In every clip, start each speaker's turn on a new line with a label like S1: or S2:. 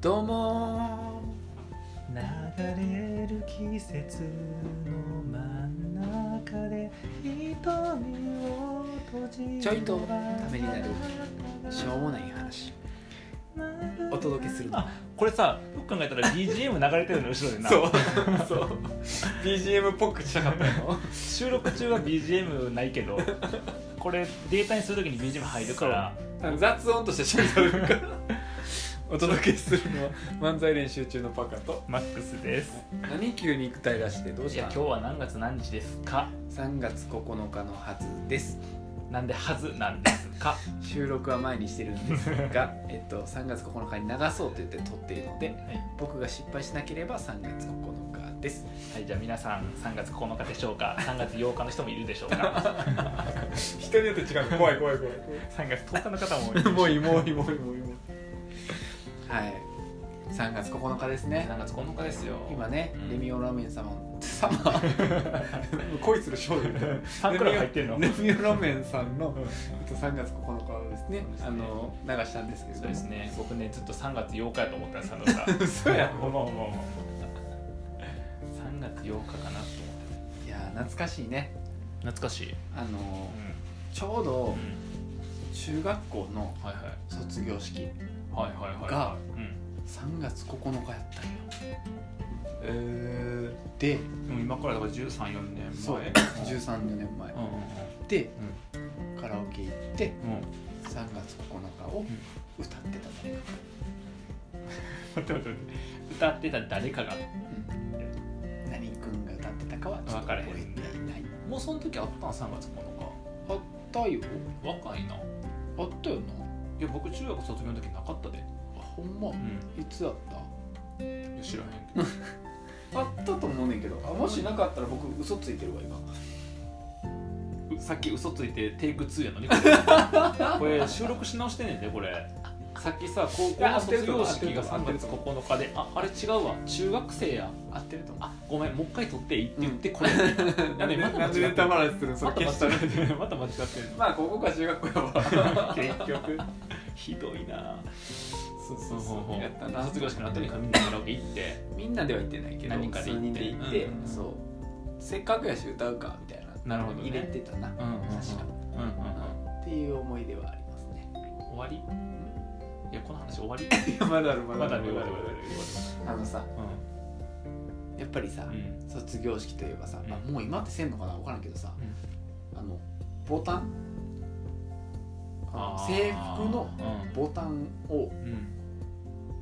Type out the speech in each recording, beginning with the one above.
S1: どうも
S2: 流れる季節の真ん中で瞳を閉じれば
S1: ちょいとためになるーしょうもない話お届けするの
S2: あこれさよく考えたら BGM 流れてるの後ろでな
S1: そう そう BGM っぽくしたかったの
S2: 収録中は BGM ないけどこれデータにするときに BGM 入るから
S1: あの雑音として処理されるからお届けするのは漫才練習中のパカと
S2: マックスです
S1: 何急に歌い出してどう
S2: い
S1: し
S2: や
S1: た
S2: 今日は何月何日ですか
S1: 3月9日のはずです
S2: なんではずなんですか
S1: 収録は前にしてるんです が、えっと、3月9日に流そうと言って撮っているので
S2: はい、は
S1: 僕が失敗しなければ3月9日です
S2: い、じゃあ皆さん3月9日でしょうか3月8日の人もいるでしょうか
S1: 人によって違う怖い怖い怖い
S2: 3月10日の方もいる
S1: もういいもういいもういいもういいもういいはい3月9日ですね
S2: 3月9日ですよ
S1: 今ね、
S2: うん
S1: レミオラーメン 様様恋する少女みたいな
S2: ファンクラブ入ってんの
S1: レミオラーメンさんのえっと3月9日はですね
S2: そうですね
S1: あの流したんですけれど
S2: そ
S1: も
S2: うですね僕ねずっと3月8日やと思ったんです佐野 さん
S1: 嘘や
S2: ほんまほんまほんま3月8日かなと思って
S1: いやー懐かしいね
S2: 懐かしい
S1: あの
S2: う
S1: ちょうど
S2: ん、
S1: 中学校の
S2: はいはい
S1: 卒業式
S2: はいはいはい
S1: が
S2: うん
S1: 3月9日やったんよえー、で
S2: でも今からだから134年前
S1: そう
S2: うん
S1: 13年前
S2: うん
S1: でカラオケ行って
S2: うんうん
S1: 3月9日を歌ってた誰か
S2: 待って待って待って歌ってた誰かが
S1: うん何君が歌ってたかはちょっと覚えていない
S2: もうその時あったん3月9
S1: あったよ
S2: 日若いない
S1: あったよない
S2: や僕中学卒業の時なかったで
S1: あほんま
S2: うん
S1: いつあった
S2: いや知らへんけど
S1: あったと思うねんけどあもしなかったら僕嘘ついてるわ今
S2: うさっき嘘ついてテイク2やの にこれこれ収録し直してんねんでこれさっきさ高校
S1: いや合
S2: の
S1: ってる
S2: 卒
S1: と思
S2: 業
S1: う
S2: 式が
S1: 合っ
S2: 3
S1: てる
S2: 月
S1: と思
S2: 9日でああれ違うわ中学生や
S1: 合ってると思
S2: あごめんもう一回撮っていいって言ってこれ、
S1: う
S2: なんでまた間違ってる
S1: 笑いするの
S2: また間違
S1: 消
S2: ってるまた間違ってる
S1: まあ高校か中学校やわ
S2: 結局ひどいな
S1: そう
S2: そ
S1: そうう
S2: そう
S1: そうやったな
S2: 卒業式の後にみんなカラオケ行って
S1: みんなでは行ってないけど
S2: 何かで
S1: 数
S2: 行っ
S1: 人
S2: て
S1: で行って、
S2: うん
S1: そうせっかくやし歌うかみたいな
S2: なるほどね
S1: 入れてたな、
S2: うんうんうん
S1: 確か、
S2: うんうんうん
S1: っていう思い出はありますね
S2: 終わりいやこの話終わり
S1: いや まだあるま
S2: まだねまだまだまだ
S1: あのさ
S2: まだ
S1: やっぱりさ、
S2: うんうん
S1: 卒業式といえばさ、
S2: うん
S1: まあもう今ってせんのかな分からんけどさ、あのボタンあの制服のボタンを
S2: うんうん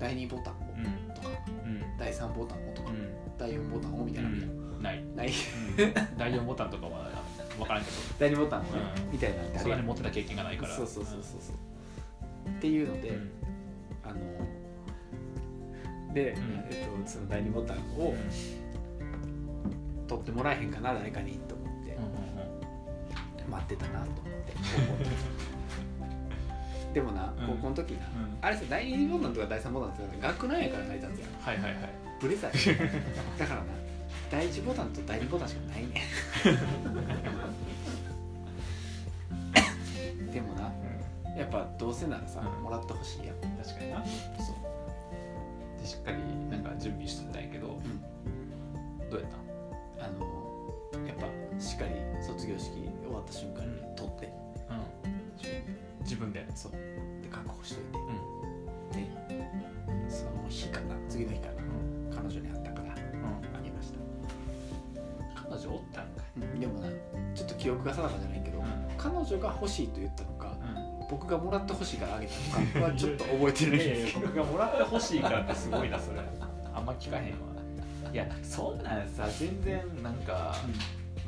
S1: 第2ボタンを
S2: うん
S1: とか
S2: うん
S1: 第3ボタンをとか、第4ボタンをみたいな、みたいな
S2: うんない
S1: ない
S2: 第4ボタンとかは分からんけ
S1: 第2ボタンをね、
S2: うん
S1: みたいなのって
S2: ど
S1: あ
S2: そ
S1: るや
S2: んなんに持ってた経験がないから
S1: そうそうそうそうそうっていうので、
S2: うん
S1: あので、
S2: ん
S1: えっと、その第2ボタンを
S2: うん
S1: 取ってもらえへんかな誰かにと思って
S2: うんうん
S1: 待ってたなと思って高校の時でもな
S2: うん
S1: 高校の時な、
S2: うん
S1: あれさ第2ボタンとか第3ボタンとか学ランやから成り立つやん
S2: はいはいはい
S1: ブレザ ーやだからな第1ボタンと第2ボタンしかないね んでもなやっぱどうせならさ、
S2: うん
S1: もらってほしいやん
S2: 確かになそうでしっかりなんか準備しとったんやけどどうやった
S1: あのやっぱしっかり卒業式終わった瞬間に取って、
S2: うん自分で
S1: そうで確保して
S2: う
S1: お
S2: ん
S1: いてでその日かな次の日かな彼女に会ったからあげました、
S2: 彼女おったんかい
S1: うん、でもなちょっと記憶が定かじゃないけど、彼女が欲しいと言ったのか僕がもらってほしいからあげた のかはちょっと覚えてないん
S2: いや
S1: で
S2: い
S1: すけ ど
S2: や僕がもらってほしいからってすごいなそれあんま聞かへんわいやそんなんさ全然なんか、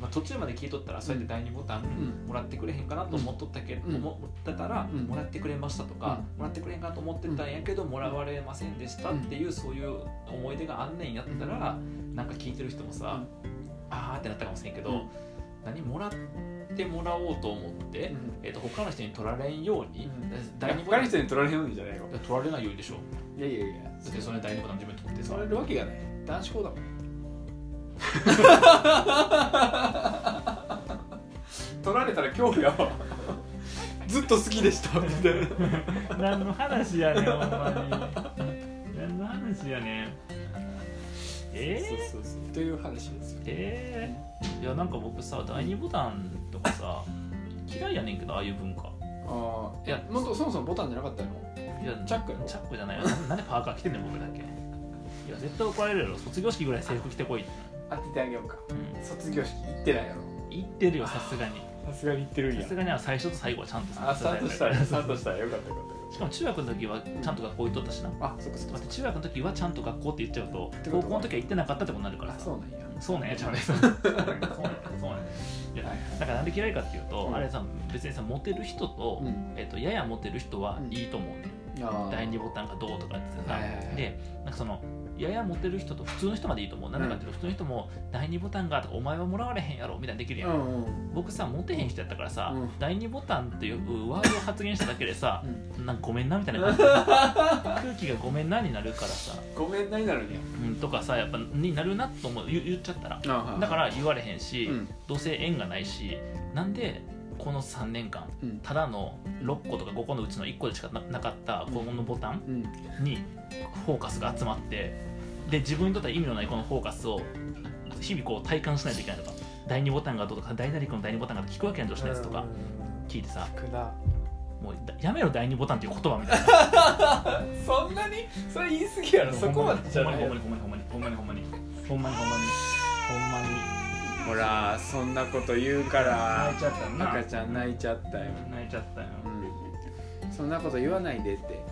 S2: まあ、途中まで聞いとったらそうやって第2ボタン
S1: ん
S2: もらってくれへんかなと思っとったけど、
S1: うん
S2: 思ってたら、
S1: うん
S2: もらってくれましたとか、もらってくれへんかなと思ってたんやけど、もらわれませんでしたっていう、そういう思い出があんねんやったら、なんか聞いてる人もさ、あーってなったかもしれんけど、
S1: うん
S2: 何もらってもらおうと思って、
S1: うん
S2: えー、と他の人に取られんように、
S1: うん
S2: 第2
S1: 他
S2: ボタ
S1: の
S2: ン
S1: 人に取られるんじゃないよ
S2: 取られないようにでしょ
S1: いやいやいや
S2: だってそれ第2ボタン自分で取ってさ
S1: 取られるわけがない男子校だもん 取られたら恐怖やわ ずっと好きでしたみたいな
S2: 何の話やねんほんまに何の話やねんえー、
S1: そうそうそうという話ですよ
S2: えー、いやなんか僕さ第二ボタンとかさ嫌いやねんけどああいう文化
S1: ああいやもっとそもそもボタンじゃなかったの
S2: いや
S1: チャックやろ
S2: チャックじゃないよななんでパーカー着てんねん僕だけいや絶対怒られるやろ卒業式ぐらい制服着てこいって、
S1: 当ててあげようか
S2: うん、
S1: 卒業式行ってないやろ
S2: 言ってるよさすがに
S1: さすがに行ってるん
S2: さ
S1: や
S2: すがには最初と最後はちゃんと
S1: あスタートしたら
S2: そう
S1: スタートしたらよかったよかった
S2: しかも中学の時はちゃんと学校行っとったしな、
S1: あそっかそっか
S2: 待って中学の時はちゃんと学校って言っちゃうと
S1: てこと
S2: 高
S1: は
S2: 校の時は行ってなかったってことになるから
S1: あ
S2: さ
S1: そうなんや
S2: そうねじゃあねそうねそうねそうねいや
S1: はい
S2: だからなんで嫌いかっていうと、
S1: うん
S2: あれさ別にさモテる人と、
S1: うん
S2: えっとややモテる人は
S1: うん
S2: いいと思うね、
S1: あー
S2: 第二ボタンがどうとかってさ、
S1: はいはいはい
S2: でなんかそのややモテる人と普通の人までいいと思うなんでかっていうと、普通の人も第二ボタンがとかお前はもらわれへんやろみたいなできるやん、
S1: うんうん
S2: 僕さモテへん人やったからさ、
S1: うん
S2: 第二ボタンっていうワードを発言しただけでさ
S1: うん
S2: なんかごめんなみた いな感じ空気がごめんなになるからさ、
S1: ごめん何なるんや
S2: うん、とかさやっぱになるなと思う言言っちゃったら
S1: あ
S2: だから言われへんし、
S1: うん
S2: どうせ縁がないしなんでこの3年間
S1: うん
S2: ただの6個とか5個のうちの1個でしかななかったこのボタン
S1: うん
S2: にフォーカスが集まってで自分にとっては意味のないこのフォーカスを日々こう体感しないといけないとか第2ボタンがどうとか第7個の第2ボタンが聞くわけやん女子のやつとか聞いてさ
S1: くな
S2: もうやめろ第2ボタンっていう言葉みたいな。
S1: そんなにそれ言い過ぎやろそこまでじゃない
S2: ほんまにほんまにほんまにほんまにほんまにほんまにほんまにほんまに
S1: ほらそんなこと言うから
S2: 泣いちゃったな
S1: 赤ちゃん泣いちゃったよ、
S2: 泣いちゃったよ
S1: うん、そんなこと言わないでって、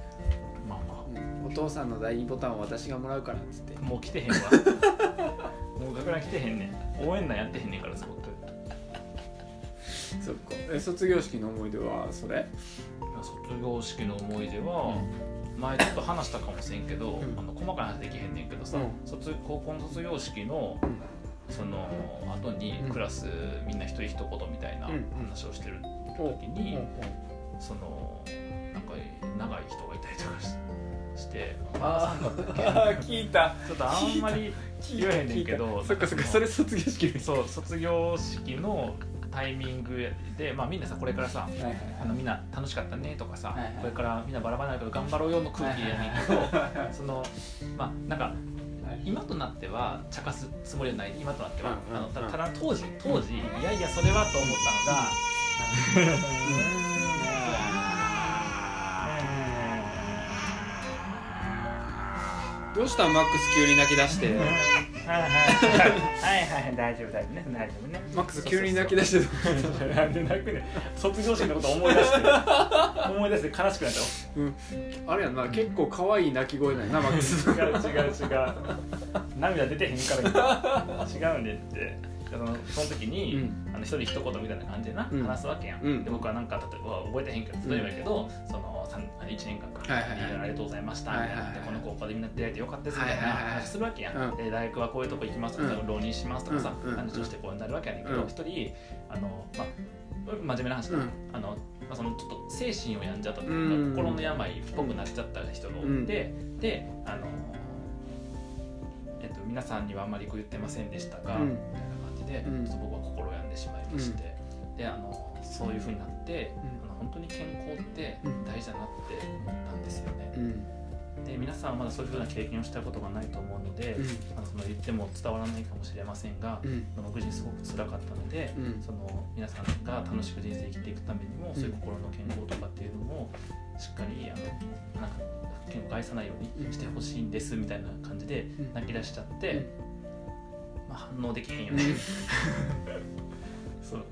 S2: まあま
S1: うんお父さんの第二ボタンを私がもらうからっつって
S2: あもう来てへんわ もう学ラン来てへんねん応援団やってへんねんからそこ
S1: そっかえ卒業式の思い出はそれ
S2: 卒業式の思い出は前ちょっと話したかもしれんけど、
S1: うん
S2: あの細かい話できへんねんけどさ、
S1: うん
S2: 卒高校の卒業式の
S1: うん
S2: その後に
S1: うん
S2: クラスみんな一人一言みたいな話をしてる時に、そのなんか長い人がいたりとかしして
S1: あ
S2: なんか
S1: あ聞いた
S2: ちょっとあんまり
S1: 聞い
S2: 言
S1: た
S2: えへんねんけど
S1: そっかそっかそれ卒業式です
S2: そう卒業式のタイミングで、まあ、みんなさこれからさ
S1: はいはい
S2: あのみんな楽しかったねとかさ、
S1: はいはい
S2: これからみんなバラバラだけど頑張ろうよの空気やねんけど、
S1: は
S2: そのまあなんか
S1: い
S2: 今となっては茶化すつもりはない今となっては、
S1: うんうん
S2: あのた
S1: うん
S2: ただ当時当時いやいやそれはと思ったのが、
S1: どうしたマックス急に泣き出して
S2: はいはいはいはい大丈夫大丈夫ね大丈夫ね
S1: マックス急に泣き出してどうしたの
S2: なんで泣くねん卒業式のこと思い出してる思い出して悲しくなっ
S1: うんあれやんな結構可愛い泣き声なんやなマックス
S2: た違う違う違う涙出てへんから違うんでってそのその時に、
S1: うん
S2: あの一人一言みたいな感じでな、
S1: うん
S2: 話すわけやん、
S1: うん
S2: で僕はなんか例えば覚えてへんけど例えばやけど、そのさんあの1年間か、
S1: はいはいはい
S2: ありがとうございましたみたいな、
S1: はいはいはい
S2: でこの高校でみんな出会えてよかったですみ
S1: はい
S2: た
S1: はいい
S2: な
S1: はい
S2: 話するわけやん、
S1: うん
S2: で大学はこういうとこ行きますとか、
S1: うん
S2: 浪人しますとかさ、
S1: うんうん
S2: 話をしてこうなるわけやねんけど
S1: うん
S2: 一、人あのまあ真面目な話だな、
S1: うん
S2: あのまあ、そのちょっと精神を病んじゃったと
S1: う
S2: いうんか心の病っぽくなっちゃった人がおって、であの、えっと、皆さんにはあんまりこう言ってませんでしたが、
S1: うん
S2: みたいな感じで、
S1: うん
S2: ちょっと僕は心病んでしまいまして、であのそういうふうになって、あの本当に健康って大事だなって思ったんですよね
S1: う。ん
S2: で皆さんはまだそういうふうな経験をしたことがないと思うので、
S1: うん
S2: あのその言っても伝わらないかもしれませんが、
S1: うん
S2: あの僕自身すごく辛かったので。
S1: うん
S2: その皆さんが楽しく人生生きていくためにも、
S1: ん
S2: そういう心の健康とかっていうのもしっかりあのなんか健康を害さないようにしてほしいんですみたいな感じで
S1: うん
S2: 泣き出しちゃって、
S1: うん
S2: まあ、反応できへんよね、 そう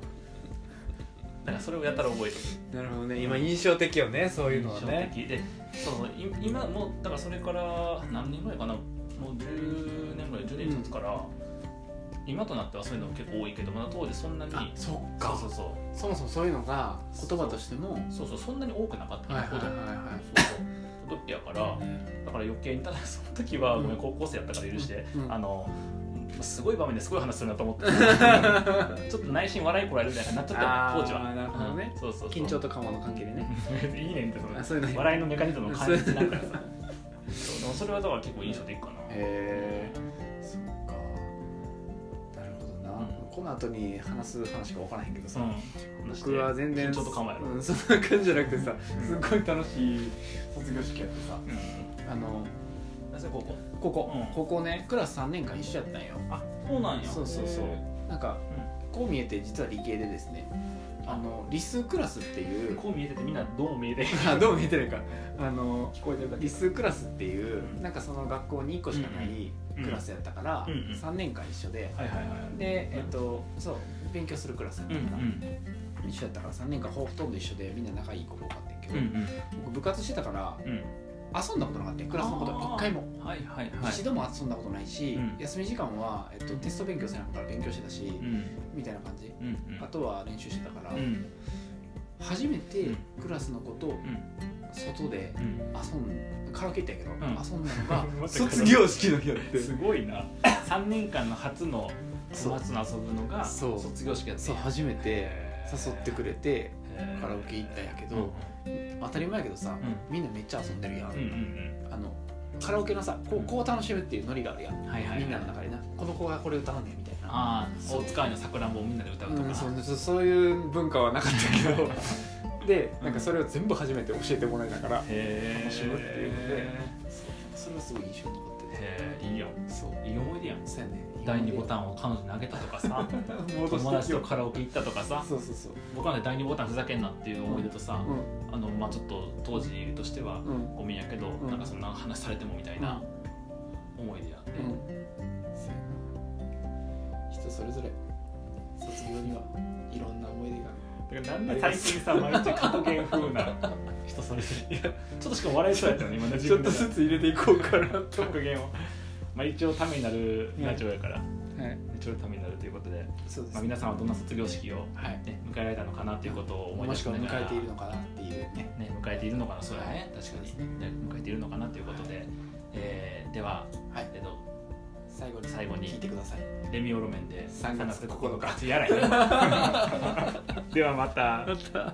S2: だからそれをやったら覚えて
S1: なるほどね今印象的よねそう
S2: る
S1: いうのはね
S2: 印象的でそうい今もうだからそれから何年ぐらいかなもう10年ぐらい10年経つから、今となってはそういうの結構多いけどまだ当時そんなに
S1: あそっ
S2: そ
S1: か
S2: うそうそう
S1: そもそもそういうのが言葉としても
S2: そうそうそんなに多くなかった
S1: はいはい
S2: ほど、
S1: は
S2: そうそう時やからだ
S1: いはい
S2: から余計にただその時は、
S1: うん
S2: ごめん高校生やったから許して、
S1: うん
S2: あのすごい場面ですごい話するなと思って ちょっと内心笑いこられるみたいになっちゃった
S1: あー
S2: 当時は
S1: なるほどね
S2: うんそうそうそう
S1: 緊張と緩和の関係でね
S2: いいねんってその
S1: あそういうのね
S2: 笑いのメカニズムを感じてなんかさそうでもそれはだから結構印象的かな
S1: へえそっかなるほどな、
S2: うん
S1: この後に話す話が分からへんけどさ、
S2: うん
S1: 僕は全然
S2: 緊張と構えろ、
S1: うん、そんな感じじゃなくてさ
S2: うん
S1: すっごい楽しい卒業式やってさ
S2: うん
S1: あのそれここここ、
S2: うん
S1: ここねクラス3年間一緒やったんよ
S2: あそうなんや
S1: そうそうそうなんかこう見えて実は理系でですねあの理数クラスってい
S2: で
S1: う
S2: こう見えててみんなどう見えてる
S1: あどう見えてるかあの
S2: 聞こえてるだけ
S1: 理数クラスっていう
S2: うん
S1: なんかその学校に1個しかない
S2: うん
S1: クラスやったから、
S2: うんうん
S1: 3年間一緒で、
S2: はいはいはい
S1: でえっとそう勉強するクラスやっ
S2: う
S1: た
S2: ん
S1: から、一緒やったから3年間ほとんど一緒でみんな仲いい子が多かったんやけど、
S2: うんうん
S1: 僕部活してたから
S2: うん
S1: 遊んだことなかったんやクラスのことは一回も
S2: あーはいはいはい
S1: 一度も遊んだことないし、
S2: うん
S1: 休み時間は、えっと、テスト勉強せなかったから勉強してたし、
S2: うん
S1: みたいな感じ
S2: うんうん
S1: あとは練習してたから、
S2: うん
S1: 初めてクラスの子と
S2: うん
S1: 外で
S2: うん
S1: 遊んカラオケ行ったんやけど、
S2: うん
S1: 遊んだの が
S2: また
S1: 卒業式の日やって
S2: すごい な3年間の初の友達と遊ぶのが
S1: そう
S2: 卒業式やって
S1: そう初めて誘ってくれて
S2: へー
S1: カラオケ行ったんやけど、当たり前やけどさ、
S2: う
S1: みんなめっちゃ遊んでるやん、
S2: うんうん
S1: あのカラオケのさこうこう楽しむっていうノリがあるやん、
S2: うんはいはいはい
S1: みんなの中でなこの子がこれ歌うねみたいな
S2: ああ
S1: そう
S2: 大塚愛のさくらんぼをみんなで歌うと
S1: う
S2: か
S1: ん、そうそうそういう文化はなかったけどで
S2: うん
S1: なんかそれを全部初めて教えてもらいながら、
S2: へえ
S1: 楽しむっていうので
S2: へ
S1: それはすごい印象に残ってて
S2: えいいやん
S1: そう
S2: いい思い出やん
S1: そうやね
S2: 第2ボタ
S1: ン
S2: ンを彼女にあげたとか さ
S1: 戻
S2: 友
S1: して
S2: 達
S1: きよ
S2: と
S1: う
S2: カラオケ行ったとかさ
S1: そうそうそう
S2: 僕はね第2ボタンふざけんなっていう思い出とさ、
S1: う
S2: あのまあちょっと当時としては
S1: んうん
S2: ごめんやけど、
S1: うん
S2: なんかそんな話されてもみたいな思い出やって、
S1: うん人それぞれ卒業にはいろんな思い出が
S2: だからなんで最近さ毎日過去言風な 人それぞれいやちょっとしか笑いそうやったね今 ね
S1: ちょっとずつ入れていこうかなと、
S2: 過去言をまあ一応ためになるラジオやから、
S1: はい、
S2: 一応ためになるということで、
S1: そうです
S2: まあ、
S1: ね、
S2: 皆さんはどんな卒業式を、
S1: はい
S2: ね、迎えられたのかなということを思い
S1: も
S2: 出
S1: し
S2: し
S1: く
S2: な
S1: は
S2: が
S1: 迎
S2: ら
S1: えているのかなっていうね
S2: ね、迎えているのかな、そうだね、
S1: はい
S2: 確か
S1: そうです
S2: に、ね、迎えているのかなということで、えーでは、
S1: はい
S2: えっと、
S1: 最後に
S2: 最後に
S1: 聞いてください
S2: レミオロメンで
S1: 3月9日
S2: 日、やらへ んではまた。
S1: た